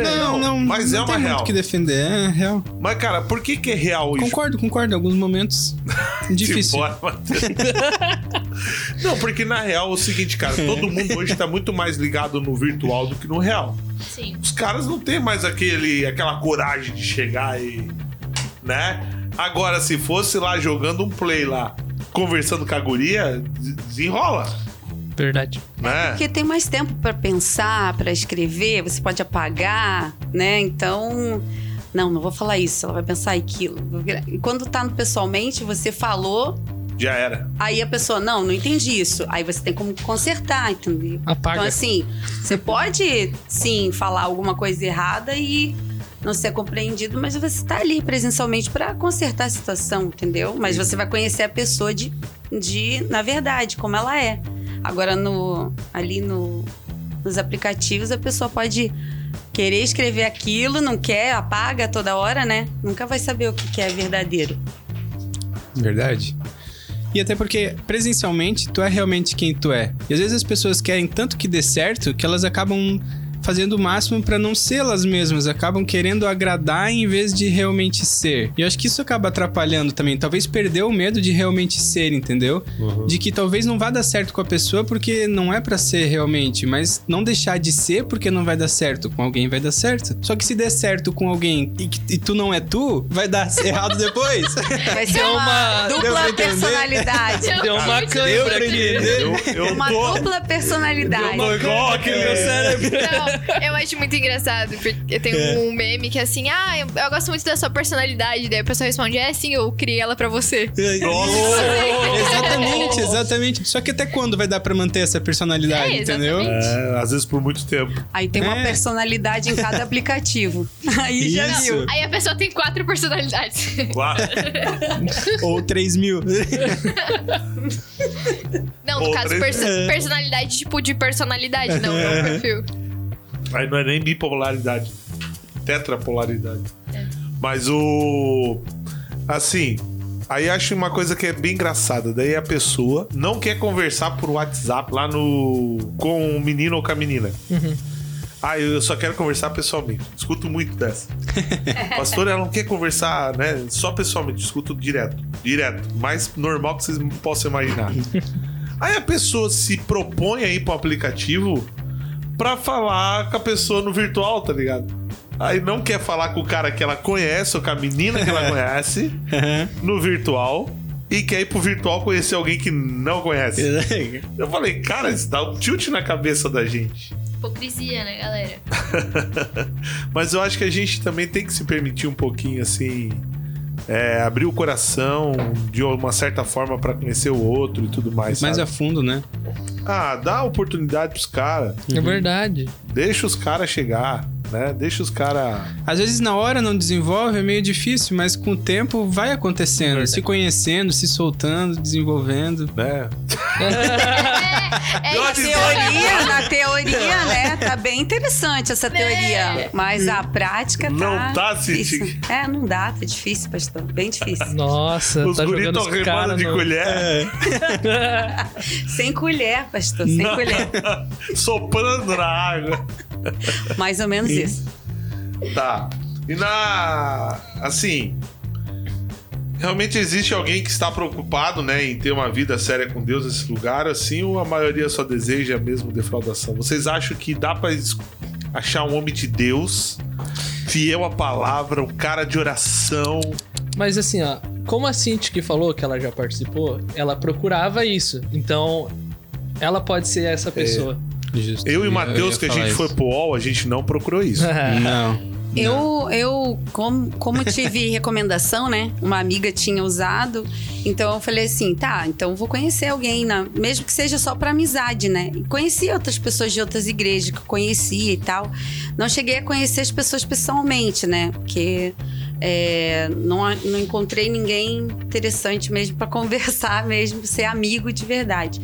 Não, não. mas é não uma tem real. muito o que defender. É real. Mas, cara, por que, que é real isso? Concordo, concordo. Em *laughs* alguns momentos. Tipo, Difícil. Bora, Matheus. *laughs* Não, porque na real é o seguinte, cara, todo mundo hoje tá muito mais ligado no virtual do que no real. Sim. os caras não têm mais aquele, aquela coragem de chegar e. né? Agora, se fosse lá jogando um play lá, conversando com a guria, des- desenrola, Verdade. né? porque tem mais tempo pra pensar, pra escrever, você pode apagar, né? Então, não, não vou falar isso, ela vai pensar aquilo. E quando tá no pessoalmente, você falou, Já era. aí a pessoa, não, não entendi isso. Aí você tem como consertar, entendeu? Apaga. Então, assim, você pode sim falar alguma coisa errada e não ser compreendido, mas você tá ali presencialmente pra consertar a situação, entendeu? Mas você vai conhecer a pessoa de, de na verdade, como ela é. Agora, no, ali no, nos aplicativos, a pessoa pode querer escrever aquilo, não quer, apaga toda hora, né? Nunca vai saber o que que é verdadeiro. Verdade. E até porque presencialmente tu é realmente quem tu é. E às vezes as pessoas querem tanto que dê certo que elas acabam fazendo o máximo para não ser elas mesmas, acabam querendo agradar em vez de realmente ser. E eu acho que isso acaba atrapalhando também, talvez perder o medo de realmente ser, entendeu? Uhum. De que talvez não vá dar certo com a pessoa porque não é pra ser realmente, mas não deixar de ser porque não vai dar certo com alguém vai dar certo. Só que se der certo com alguém e, que- e tu não é tu, vai dar *laughs* errado depois. Vai ser Deu uma, uma- deu pra dupla entender? personalidade. *laughs* Deu uma câimbra aqui. Eu, eu Uma tô, dupla personalidade. tô igual Meu aquele. cérebro. Não, eu acho muito engraçado, porque eu tenho um meme que é assim, ah, eu, eu gosto muito da sua personalidade. Daí a pessoa responde, é sim, eu criei ela pra você. Exatamente, exatamente. Só que até quando vai dar pra manter essa personalidade, É, entendeu? exatamente. É, às vezes por muito tempo. Aí tem uma É. personalidade em cada aplicativo. Aí já Isso. viu. Aí a pessoa tem quatro personalidades. *laughs* Claro. Ou 3 *laughs* mil. Não, no Ou caso, três- perso- personalidade, tipo, de personalidade, não, não perfil. Aí não é nem bipolaridade. Tetrapolaridade. Mas o. Assim. Aí acho uma coisa que é bem engraçada. Daí a pessoa não quer conversar por WhatsApp lá no. com o menino ou com a menina. Ah, eu só quero conversar pessoalmente. Escuto muito dessa. Pastor, ela não quer conversar, né? Só pessoalmente. Escuto direto. Direto. Mais normal que vocês possam imaginar. Aí a pessoa se propõe aí pro aplicativo pra falar com a pessoa no virtual, tá ligado? Aí não quer falar com o cara que ela conhece ou com a menina que ela conhece no virtual e quer ir pro virtual conhecer alguém que não É. conhece. Eu falei, cara, isso dá um tilt na cabeça da gente. Hipocrisia, né, galera? Mas eu acho que a gente também tem que se permitir um pouquinho, assim, é, abrir o coração de uma certa forma pra conhecer o outro e tudo mais. Mais a sabe? fundo, né? Ah, dá oportunidade pros caras. É verdade. Deixa os caras chegar, né? Deixa os caras. Às vezes na hora não desenvolve, é meio difícil, mas com o tempo vai acontecendo. Se conhecendo, se soltando, desenvolvendo. Né? É Eu isso. Na teoria, na teoria, né? Tá bem interessante essa teoria. Mas a prática tá. Não tá, City. Isso. É, não dá, tá difícil, pastor. Bem *laughs* difícil. Nossa, Os tá guris jogando tão os remando caras de no- É. colher, Sem colher, pastor, sem colher. soprando na água. Mais ou menos isso. Tá. E na. Assim. Realmente existe alguém que está preocupado, né, em ter uma vida séria com Deus nesse lugar, assim, ou a maioria só deseja mesmo defraudação? Vocês acham que dá pra es- achar um homem de Deus, fiel à palavra, um cara de oração? Mas assim, ó, como a Cinti que falou que ela já participou, ela procurava isso. Então, ela pode ser É. essa pessoa. Justo. Eu e o ia- Matheus, ia que a falar gente foi isso. Ah, pro UOL, a gente não procurou isso. Não. Eu, eu como, como tive *laughs* recomendação, né? Uma amiga tinha usado. Então eu falei assim, tá, então vou conhecer alguém, na- mesmo que seja só pra amizade, né? E conheci outras pessoas de outras igrejas que eu conhecia e tal. Não cheguei a conhecer as pessoas pessoalmente, né? Porque é, não, a- não encontrei ninguém interessante mesmo pra *laughs* conversar, mesmo ser amigo de verdade.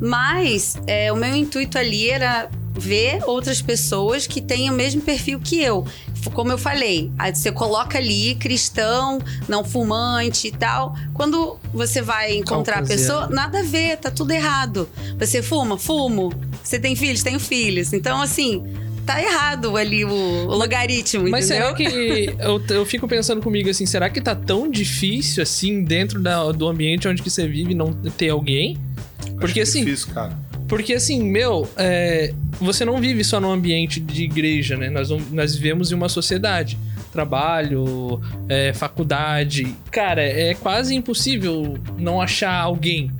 Mas é, o meu intuito ali era ver outras pessoas que têm o mesmo perfil que eu. F- Como eu falei, aí você coloca ali cristão, não fumante e tal. Quando você vai encontrar a Caucasiano. pessoa, nada a ver, tá tudo errado. Você fuma? Fumo. Você tem filhos? Tenho filhos. Então, assim, tá errado ali o, o logaritmo, Mas é entendeu? será que. Eu, eu fico pensando comigo assim, será que tá tão difícil assim dentro da- do ambiente onde que você vive não ter alguém? *laughs* Acho Porque é assim, Difícil, cara. Porque assim, meu, é, você não vive só num ambiente de igreja, né? Nós, não- nós vivemos em uma sociedade. Trabalho, é, faculdade. Cara, é quase impossível não achar alguém.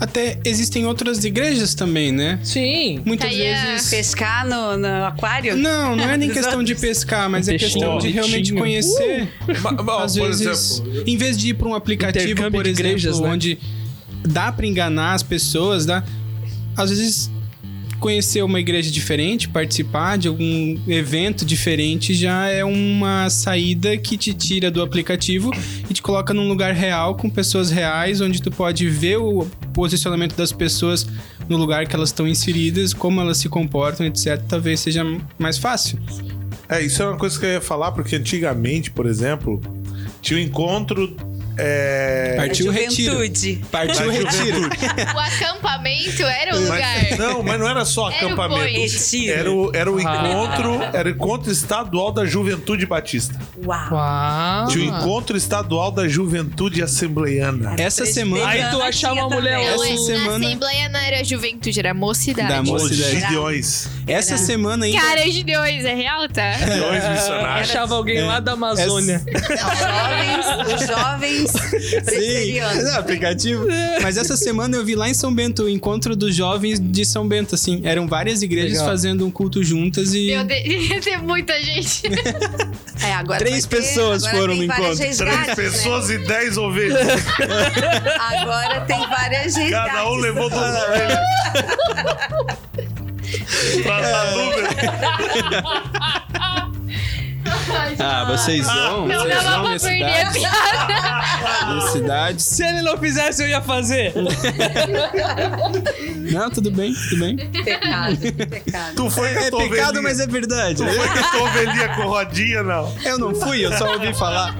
Até existem outras igrejas também, né? Sim. Muitas Aí é- vezes. Pescar no, no aquário? Não, não é nem Dos questão de pescar, mas é Peixinho, questão de realmente peixinho. conhecer. Ma- ma- Às por vezes, exemplo, em vez de ir para um aplicativo, Intercâmbio por de exemplo, igrejas, né? onde dá para enganar as pessoas, dá... às vezes conhecer uma igreja diferente, participar de algum evento diferente já é uma saída que te tira do aplicativo e te coloca num lugar real com pessoas reais, onde tu pode ver o posicionamento das pessoas no lugar que elas estão inseridas, como elas se comportam, etc. Talvez seja mais fácil. É, isso é uma coisa que eu ia falar, porque antigamente, por exemplo, tinha o encontro É, Partiu o a retiro. juventude. Partiu o Partiu o retiro. O acampamento era o mas, lugar. não, mas não era só Era o acampamento. boi. Retiro. Era um o, era o Ah. encontro, era o encontro estadual da Juventude Batista. Uau. Uau! Tinha o encontro estadual da Juventude Assembleiana. Essa semana- Aí tu Ana achar tinha uma mulher também. Não, essa é- semana- A Assembleia não era juventude, era mocidade. Da mo- Os Mocidade. Gideões. Essa semana ainda. Cara de Deus, é real, tá? Gideões missionários. É. Achava alguém lá da Amazônia. Não, os jovens, *laughs* os jovens presbiterianos. Não, *laughs* aplicativo. Mas essa semana eu vi lá em São Bento o encontro dos jovens de São Bento, assim. Eram várias igrejas Legal. fazendo um culto juntas e. Meu Deus, *laughs* ia ter muita gente. É, agora Três vai ter- pessoas agora foram tem no várias encontro. resgates, Três né? pessoas e dez ovelhas. Agora tem várias resgates. Cada um levou duas ovelhas. Pra dar É. número. Ah, vocês vão? Não vocês dava vão pra nessa perder a cidade? piada. *laughs* Nessa cidade? Se ele não fizesse, eu ia fazer. Não, tudo bem, tudo bem. Pecado, pecado. Tu foi com a É tua pecado, ovelhinha. mas é verdade. Tu foi com a tua ovelhinha com rodinha, não. Eu não fui, eu só ouvi falar.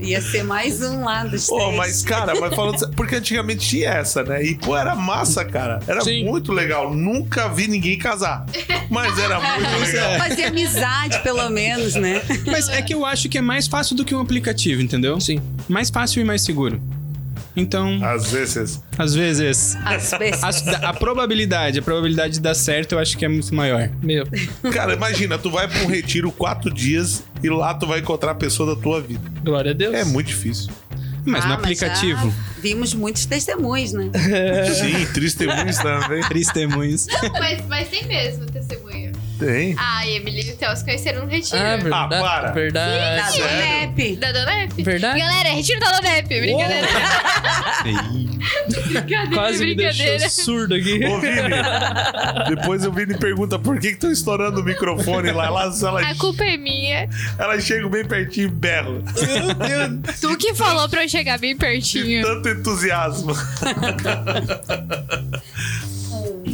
Ia ser mais um lá dos Pô, três. mas cara, mas falando sério, porque antigamente tinha essa, né? E pô, era massa, cara. Era Sim. muito legal. Nunca vi ninguém casar. Mas era muito legal. Fazer amizade, pelo menos, né? Mas é que eu acho que é mais fácil do que um aplicativo, entendeu? Sim. Mais fácil e mais seguro. Então, Às vezes. às vezes, As pessoas. a, a probabilidade, a probabilidade de dar certo, eu acho que é muito maior. Meu. Cara, imagina, tu vai pra um retiro quatro dias e lá tu vai encontrar a pessoa da tua vida. Glória a Deus. É muito difícil. Mas Ah, no já aplicativo, vimos muitos testemunhos, né? Sim, é testemunhos também. *laughs* testemunhos. Mas, mas tem mesmo testemunho. Tem. Ah, Emily e o Theo se conheceram no retiro. Ah, verdade. para. Da Verdade. É sério? Zonep. Da Dona Efe. Verdade? Galera, retiro da Lonep, brincadeira. *laughs* brincadeira, Quase me brincadeira. deixou surdo aqui. Ô, Vini, depois o Vini pergunta por que que estão estourando o microfone lá. Ela, ela, A culpa é minha. ela chega bem pertinho e berra. Tu que falou pra eu chegar bem De pertinho. tanto entusiasmo.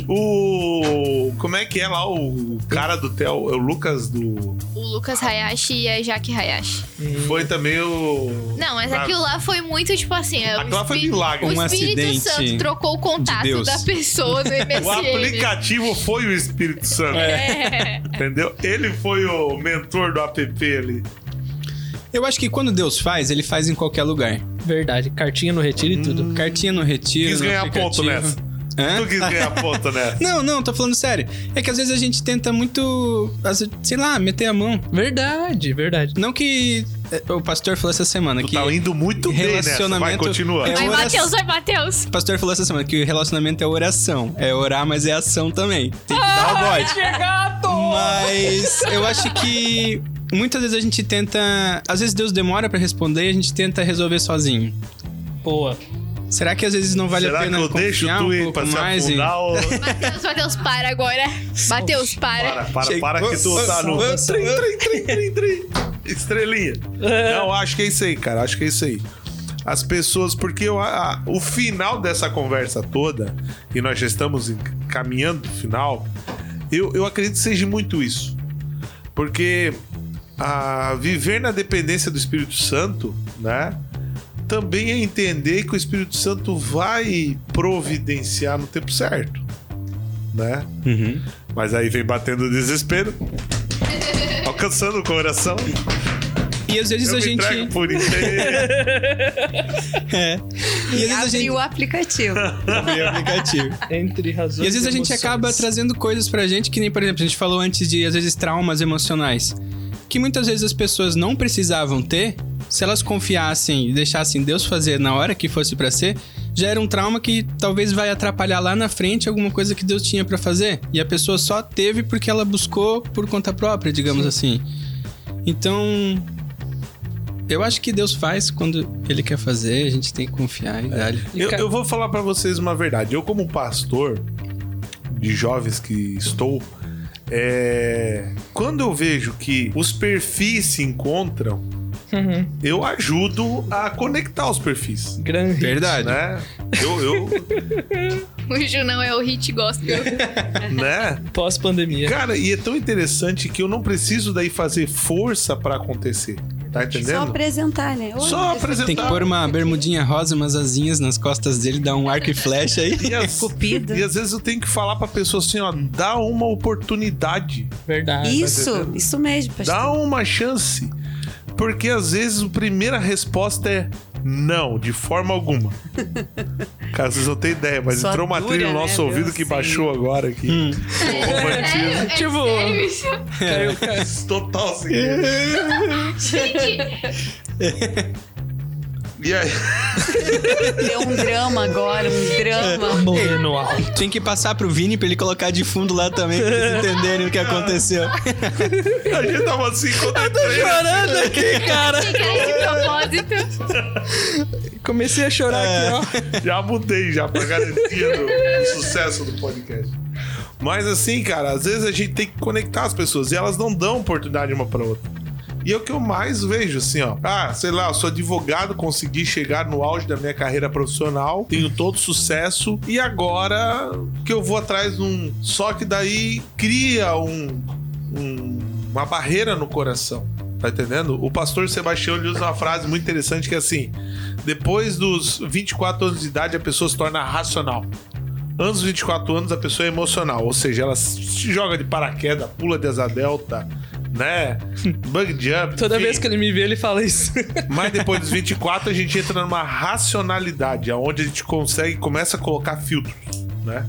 o. Como é que é lá o cara do Theo? É o Lucas do. O Lucas Hayashi e a Jaque Hayashi. Foi também o. Não, mas Ah, aquilo lá foi muito, tipo assim... é, o Aquilo lá foi espí- milagre. O Um Espírito acidente Santo trocou o de contato Deus. da pessoa do MSN. O né? aplicativo foi o Espírito Santo. É. Entendeu? Ele foi o mentor do app ali. Eu acho que quando Deus faz, ele faz em qualquer lugar. *laughs* Verdade. Cartinha no retiro e tudo. Cartinha no retiro. Quis no ganhar ponto aplicativo. nessa. Hã? Tu quis ganhar ponto, *laughs* né? Não, não, tô falando sério. É que às vezes a gente tenta muito, às vezes, sei lá, meter a mão. Verdade, verdade. Não que é, o pastor falou essa semana Tu que tá indo muito bem nessa. Vai, relacionamento continua. é Vai, oração. Matheus, vai, Matheus. o pastor falou essa semana que o relacionamento é oração. É orar, mas é ação também. Tem que dar o bote. Mas eu acho que muitas vezes a gente tenta, às vezes Deus demora pra responder e a gente tenta resolver sozinho. Boa. Será que às vezes não vale Será a pena que eu deixo confiar tu um ir pouco pra se mais? e- afundar ou... Matheus, Matheus, para agora. Matheus, para. Para, para, Chega- para que tu tá no. Vamos, Trim, vamos. trim, trim, trim, trim. Estrelinha. Não, acho que é isso aí, cara. Acho que é isso aí. As pessoas, porque eu- a- a- o final dessa conversa toda, e nós já estamos em- caminhando pro final, eu, eu acredito que seja muito isso. Porque a viver na dependência do Espírito Santo, né? Também é entender que o Espírito Santo vai providenciar no tempo certo, né? Uhum. Mas aí vem batendo o desespero. *laughs* Alcançando o coração. E às vezes eu a me gente entrego por inteiro. *laughs* é. E às vezes a Abre gente o aplicativo. Abri o aplicativo. Entre razões. E às vezes a gente emoções. acaba trazendo coisas pra gente que nem, por exemplo, a gente falou antes de, às vezes, traumas emocionais. Que muitas vezes as pessoas não precisavam ter, se elas confiassem e deixassem Deus fazer na hora que fosse pra ser, já era um trauma que talvez vai atrapalhar lá na frente alguma coisa que Deus tinha pra fazer. E a pessoa só teve porque ela buscou por conta própria, digamos assim. Então. Eu acho que Deus faz quando Ele quer fazer, a gente tem que confiar e dar E Eu, ca- eu vou falar pra vocês uma verdade. Eu, como pastor de jovens que estou, é, quando eu vejo que os perfis se encontram, Uhum. eu ajudo a conectar os perfis. Grande. Verdade. Né? Eu, *laughs* eu, O Junão é o hit gospel. né? Pós-pandemia. Cara, e é tão interessante que eu não preciso daí fazer força pra acontecer. Tá Só entendendo? apresentar, né? Só Oi, eu sou apresentar. Tem tá que pôr uma bermudinha rosa, umas asinhas nas costas dele, dar um arco e flecha aí. E *laughs* às, Cupido. e às vezes eu tenho que falar pra pessoa assim, ó, dá uma oportunidade, Verdade. Isso, isso mesmo, dá pastor. uma chance. Porque às vezes a primeira resposta é não, de forma *laughs* alguma. Cara, vocês não têm ideia, mas Só entrou uma dura, trilha no né? nosso Eu ouvido que sei. baixou agora aqui. Hum. O romantismo É Tipo- sério isso? Caiu, caiu. total *laughs* assim. Gente, E aí, Deu um drama agora, um drama. no alto. Tem que passar pro Vini pra ele colocar de fundo lá também, pra vocês entenderem o que aconteceu. a gente tava assim, quando eu entrei, Chorando aqui, cara. que um era de propósito. Comecei a chorar aqui, ó. *laughs* Já mudei já pra garantia do, do sucesso do podcast. Mas assim, cara, às vezes a gente tem que conectar as pessoas e elas não dão oportunidade uma pra outra. E é o que eu mais vejo, assim, ó. Ah, sei lá, eu sou advogado, consegui chegar no auge da minha carreira profissional, tenho todo sucesso, e agora que eu vou atrás de um. Só que daí cria um- um- uma barreira no coração. Tá entendendo? O pastor Sebastião ele usa uma frase muito interessante que é assim: depois dos 24 anos de idade, a pessoa se torna racional. Antes dos 24 anos, a pessoa é emocional, ou seja, ela se joga de paraquedas, pula de asa delta, *laughs* né? Bug jump. Toda enfim. vez que ele me vê, ele fala isso. *laughs* Mas depois dos 24, a gente entra numa racionalidade, onde a gente consegue, começa a colocar filtros, né?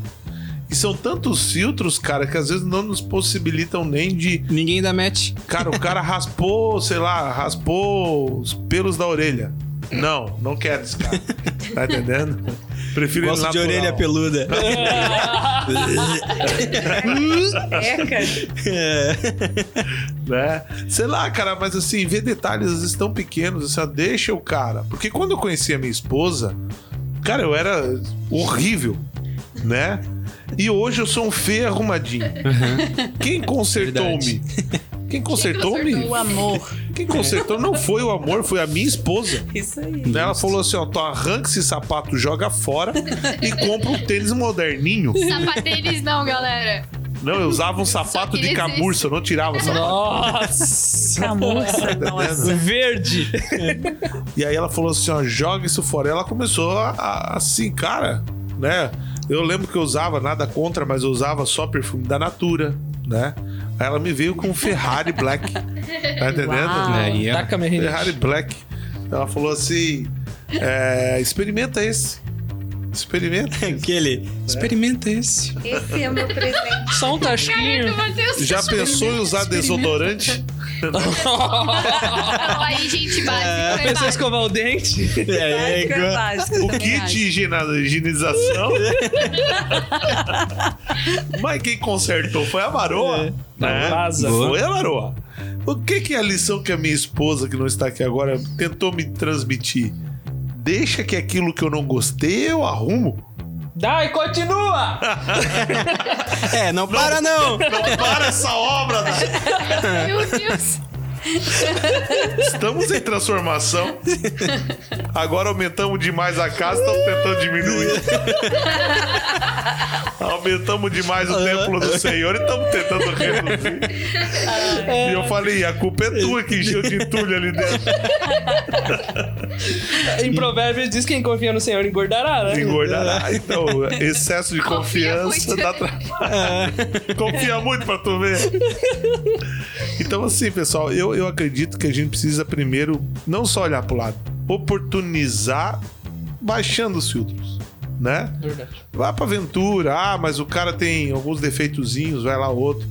E são tantos filtros, cara, que às vezes não nos possibilitam nem de. Ninguém dá match. Cara, o cara raspou, sei lá, raspou os pelos da orelha. Não, não quero esse cara. Tá entendendo? Prefiro ele Gosto de natural. orelha peluda. Eca. né? Sei lá, cara, mas assim, ver detalhes às vezes tão pequenos, assim, ó, deixa o cara. Porque quando eu conheci a minha esposa, cara, eu era horrível, né? E hoje eu sou um feio arrumadinho. Quem consertou-me? Quem consertou-me? O amor. Quem consertou Então, não foi o amor, foi a minha esposa. Isso aí. Né? Ela falou assim: ó, tu arranca esse sapato, joga fora e compra um tênis moderninho. Sapatênis não, galera. Não, eu usava um sapato de queria dizer camurça, eu não tirava o sapato. Nossa. Camurça, *laughs* nossa. Verde. E aí ela falou assim, ó, joga isso fora. E ela começou a, a- assim, cara, né? Eu lembro que eu usava nada contra, mas eu usava só perfume da Natura, né? Aí ela me veio com um Ferrari Black. Tá entendendo? Uau. Aí, ó. Taca minha rinite. Ferrari Black. Ela falou assim: é, experimenta esse. Experimenta. *laughs* Aquele. Experimenta esse. Esse é o meu presente. Só um tasquinho. Meu Deus. Já pensou em usar desodorante? *laughs* Aí, gente, básico. É, Pensou em básico. escovar o dente? *laughs* É, Básico, igual. básico, O também kit acho. de higiena- *laughs* higienização? Mas quem consertou foi a varoa. É. Não, né? vaza. Foi a varoa. O que, que é a lição que a minha esposa, que não está aqui agora, tentou me transmitir? Deixa que aquilo que eu não gostei eu arrumo. Dá e continua! *laughs* É, não para *laughs* não! Não para essa *laughs* obra! Dai. Meu Deus. Estamos em transformação. Agora aumentamos demais a casa, estamos tentando diminuir. Aumentamos demais o templo do Senhor e estamos tentando reduzir. E eu falei, a culpa é tua que encheu de entulho ali dentro. Em provérbios diz que quem confia no Senhor engordará, né? Engordará. Então, excesso de Confia confiança muito. dá trabalho. Confia muito pra tu ver. Então, assim, pessoal, eu, eu acredito que a gente precisa primeiro não só olhar pro lado, oportunizar baixando os filtros, né? Verdade. Vai pra aventura, ah, mas o cara tem alguns defeitozinhos, vai lá outro.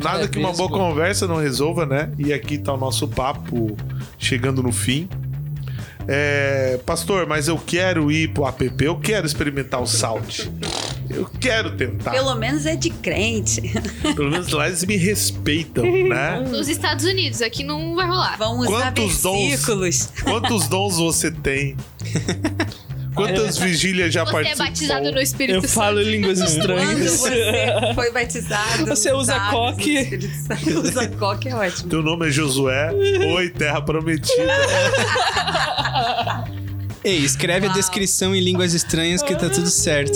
Nada É, que uma mesmo. boa conversa não resolva, né? E aqui tá o nosso papo chegando no fim. É, pastor, mas eu quero ir pro app, eu quero experimentar o salt. Eu quero tentar. Pelo menos é de crente. Pelo menos lá eles me respeitam, né? Nos Estados Unidos, aqui não vai rolar. Vão usar Quantos dons? versículos. Quantos dons você tem? Quantas vigílias já Você é participou? batizado no Eu Espírito Santo. falo línguas Quando estranhas. *laughs* você foi batizado. Você usa sabe, coque. no Espírito Santo. Usa coque é ótimo. Teu nome é Josué. Oi, terra prometida. Ei, escreve a Uau. descrição em línguas estranhas que tá tudo certo.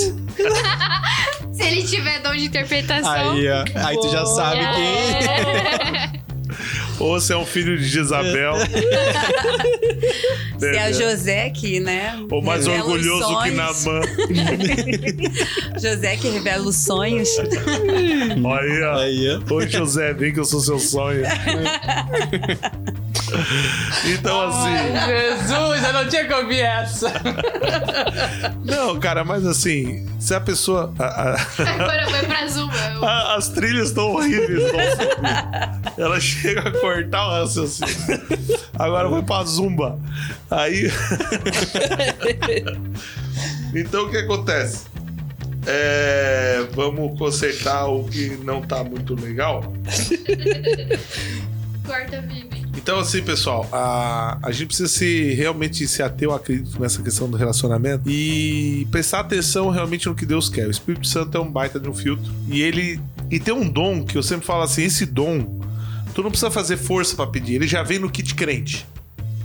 Se ele tiver dom de interpretação. Aí, ó. Aí tu já sabe é. quem. Ou você é um filho de Isabel. Se é a Entendeu? José que, né? Ou mais revela os orgulhoso que sonhos. Namã. José que revela os sonhos. Aí, ó. Aí, ó. Oi, José, vem que eu sou seu sonho. então, assim. Jesus, eu não tinha que ouvir essa. Não, cara, mas assim, se a pessoa. a- a- Agora vai pra Zuma. Eu- a- as trilhas estão horríveis, não sabe? Ela chega a cortar o raciocínio. Agora vai pra zumba. Aí. *laughs* então o que acontece? É, vamos consertar o que não tá muito legal. Corta meme. Então, assim, pessoal, a, a gente precisa se realmente se ater, eu acredito, nessa questão do relacionamento e prestar atenção realmente no que Deus quer. O Espírito Santo é um baita de um filtro e ele e tem um dom que eu sempre falo assim: esse dom, tu não precisa fazer força pra pedir, ele já vem no kit crente,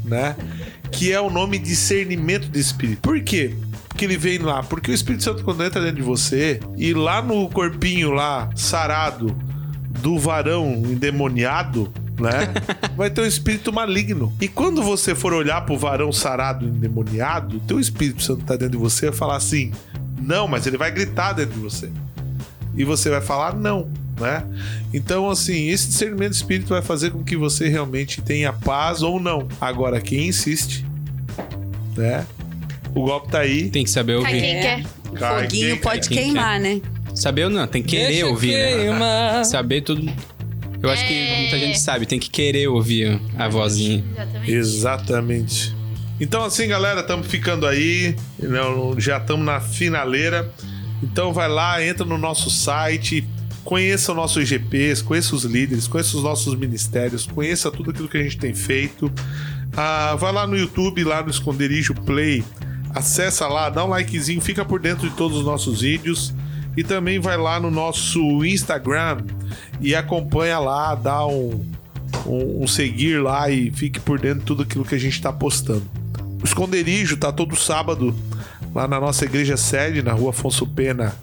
né? Que é o nome discernimento de espírito. Por quê? Que ele vem lá, porque o Espírito Santo, quando entra dentro de você e lá no corpinho lá, sarado do varão endemoniado, né? vai ter um espírito maligno. E quando você for olhar pro varão sarado e endemoniado, teu Espírito Santo tá dentro de você e vai falar assim: não, mas ele vai gritar dentro de você. E você vai falar não, né? Então, assim, esse discernimento de espírito vai fazer com que você realmente tenha paz ou não. Agora, quem insiste, né? O golpe tá aí. Tem que saber Tá ouvir. quem quer. Cara, Foguinho Tá, quem- pode quem quer? queimar, né? Saber ou não, tem que querer Deixa ouvir, né? queimar. Saber tudo. Eu acho que É. muita gente sabe, tem que querer ouvir a vozinha. Exatamente. Exatamente. Então assim, galera, estamos ficando aí, não, já estamos na finaleira. Então vai lá, entra no nosso site, conheça o nosso IGPs, conheça os líderes, conheça os nossos ministérios, conheça tudo aquilo que a gente tem feito. Ah, vai lá no YouTube, lá no Esconderijo Play, acessa lá, dá um likezinho, fica por dentro de todos os nossos vídeos e também vai lá no nosso Instagram e acompanha lá, dá um, um, um seguir lá e fique por dentro de tudo aquilo que a gente está postando. O esconderijo tá todo sábado lá na nossa igreja sede, na rua Afonso Pena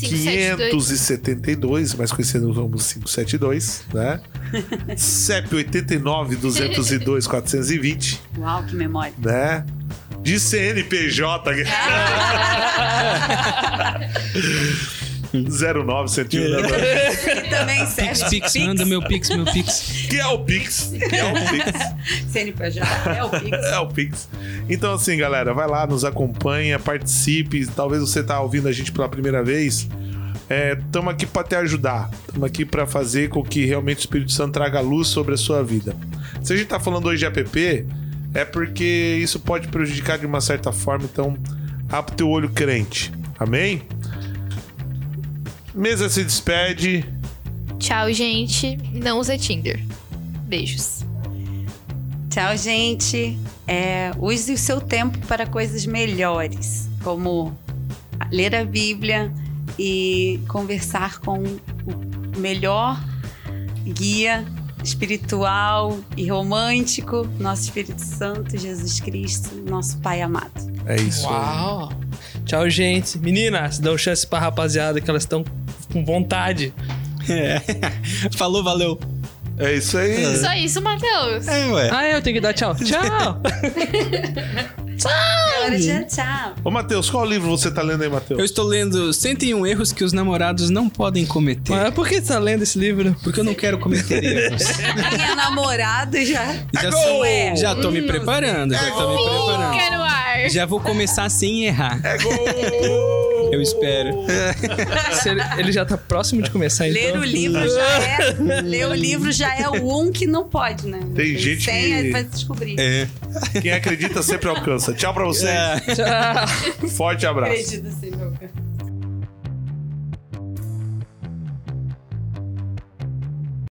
572. 572, mais conhecido como 572, né? CEP 89 202 420, Uau, que memória. né? De *laughs* CNPJ 0971 né, mano? Também É serve. Pix, pix, manda meu pix, meu pix. que é o Pix, que é o Pix. CNPJ é o Pix. É o Pix. Então, assim, galera, vai lá, nos acompanha, participe. Talvez você tá ouvindo a gente pela primeira vez. Estamos aqui para te ajudar. Estamos aqui para fazer com que realmente o Espírito Santo traga luz sobre a sua vida. Se a gente tá falando hoje de app, é porque isso pode prejudicar de uma certa forma. Então, abre o teu olho crente. Amém? Mesa se despede. Tchau, gente. Não usa Tinder. Beijos. Tchau, gente. É, use o seu tempo para coisas melhores, como ler a Bíblia e conversar com o melhor guia espiritual e romântico, nosso Espírito Santo, Jesus Cristo, nosso Pai amado. É isso. aí. Uau. Tchau, gente. Meninas, dão chance pra rapaziada que elas estão com vontade. Falou, valeu. É isso aí. Só isso, Matheus. É, ué. Ah, eu tenho que dar tchau. Tchau! É hora de tchau. Ô, Matheus, qual livro você tá lendo aí, Matheus? Eu estou lendo 101 erros que os namorados não podem cometer. Mas por que você tá lendo esse livro? Porque eu não quero cometer erros. Minha namorada já. Já, sou, Ué. já tô me preparando, já tô me preparando. Fica no ar. Já vou começar sem errar. É gol! *laughs* Eu espero. Se Ele, ele já tá próximo de começar, então. Ler o livro já é. ler o livro já é o um que não pode, né? Tem gente Sem que- aí vai descobrir. É. Quem acredita sempre alcança. Tchau pra vocês. É. Tchau! Forte abraço. Acredito, sim, assim, meu cara.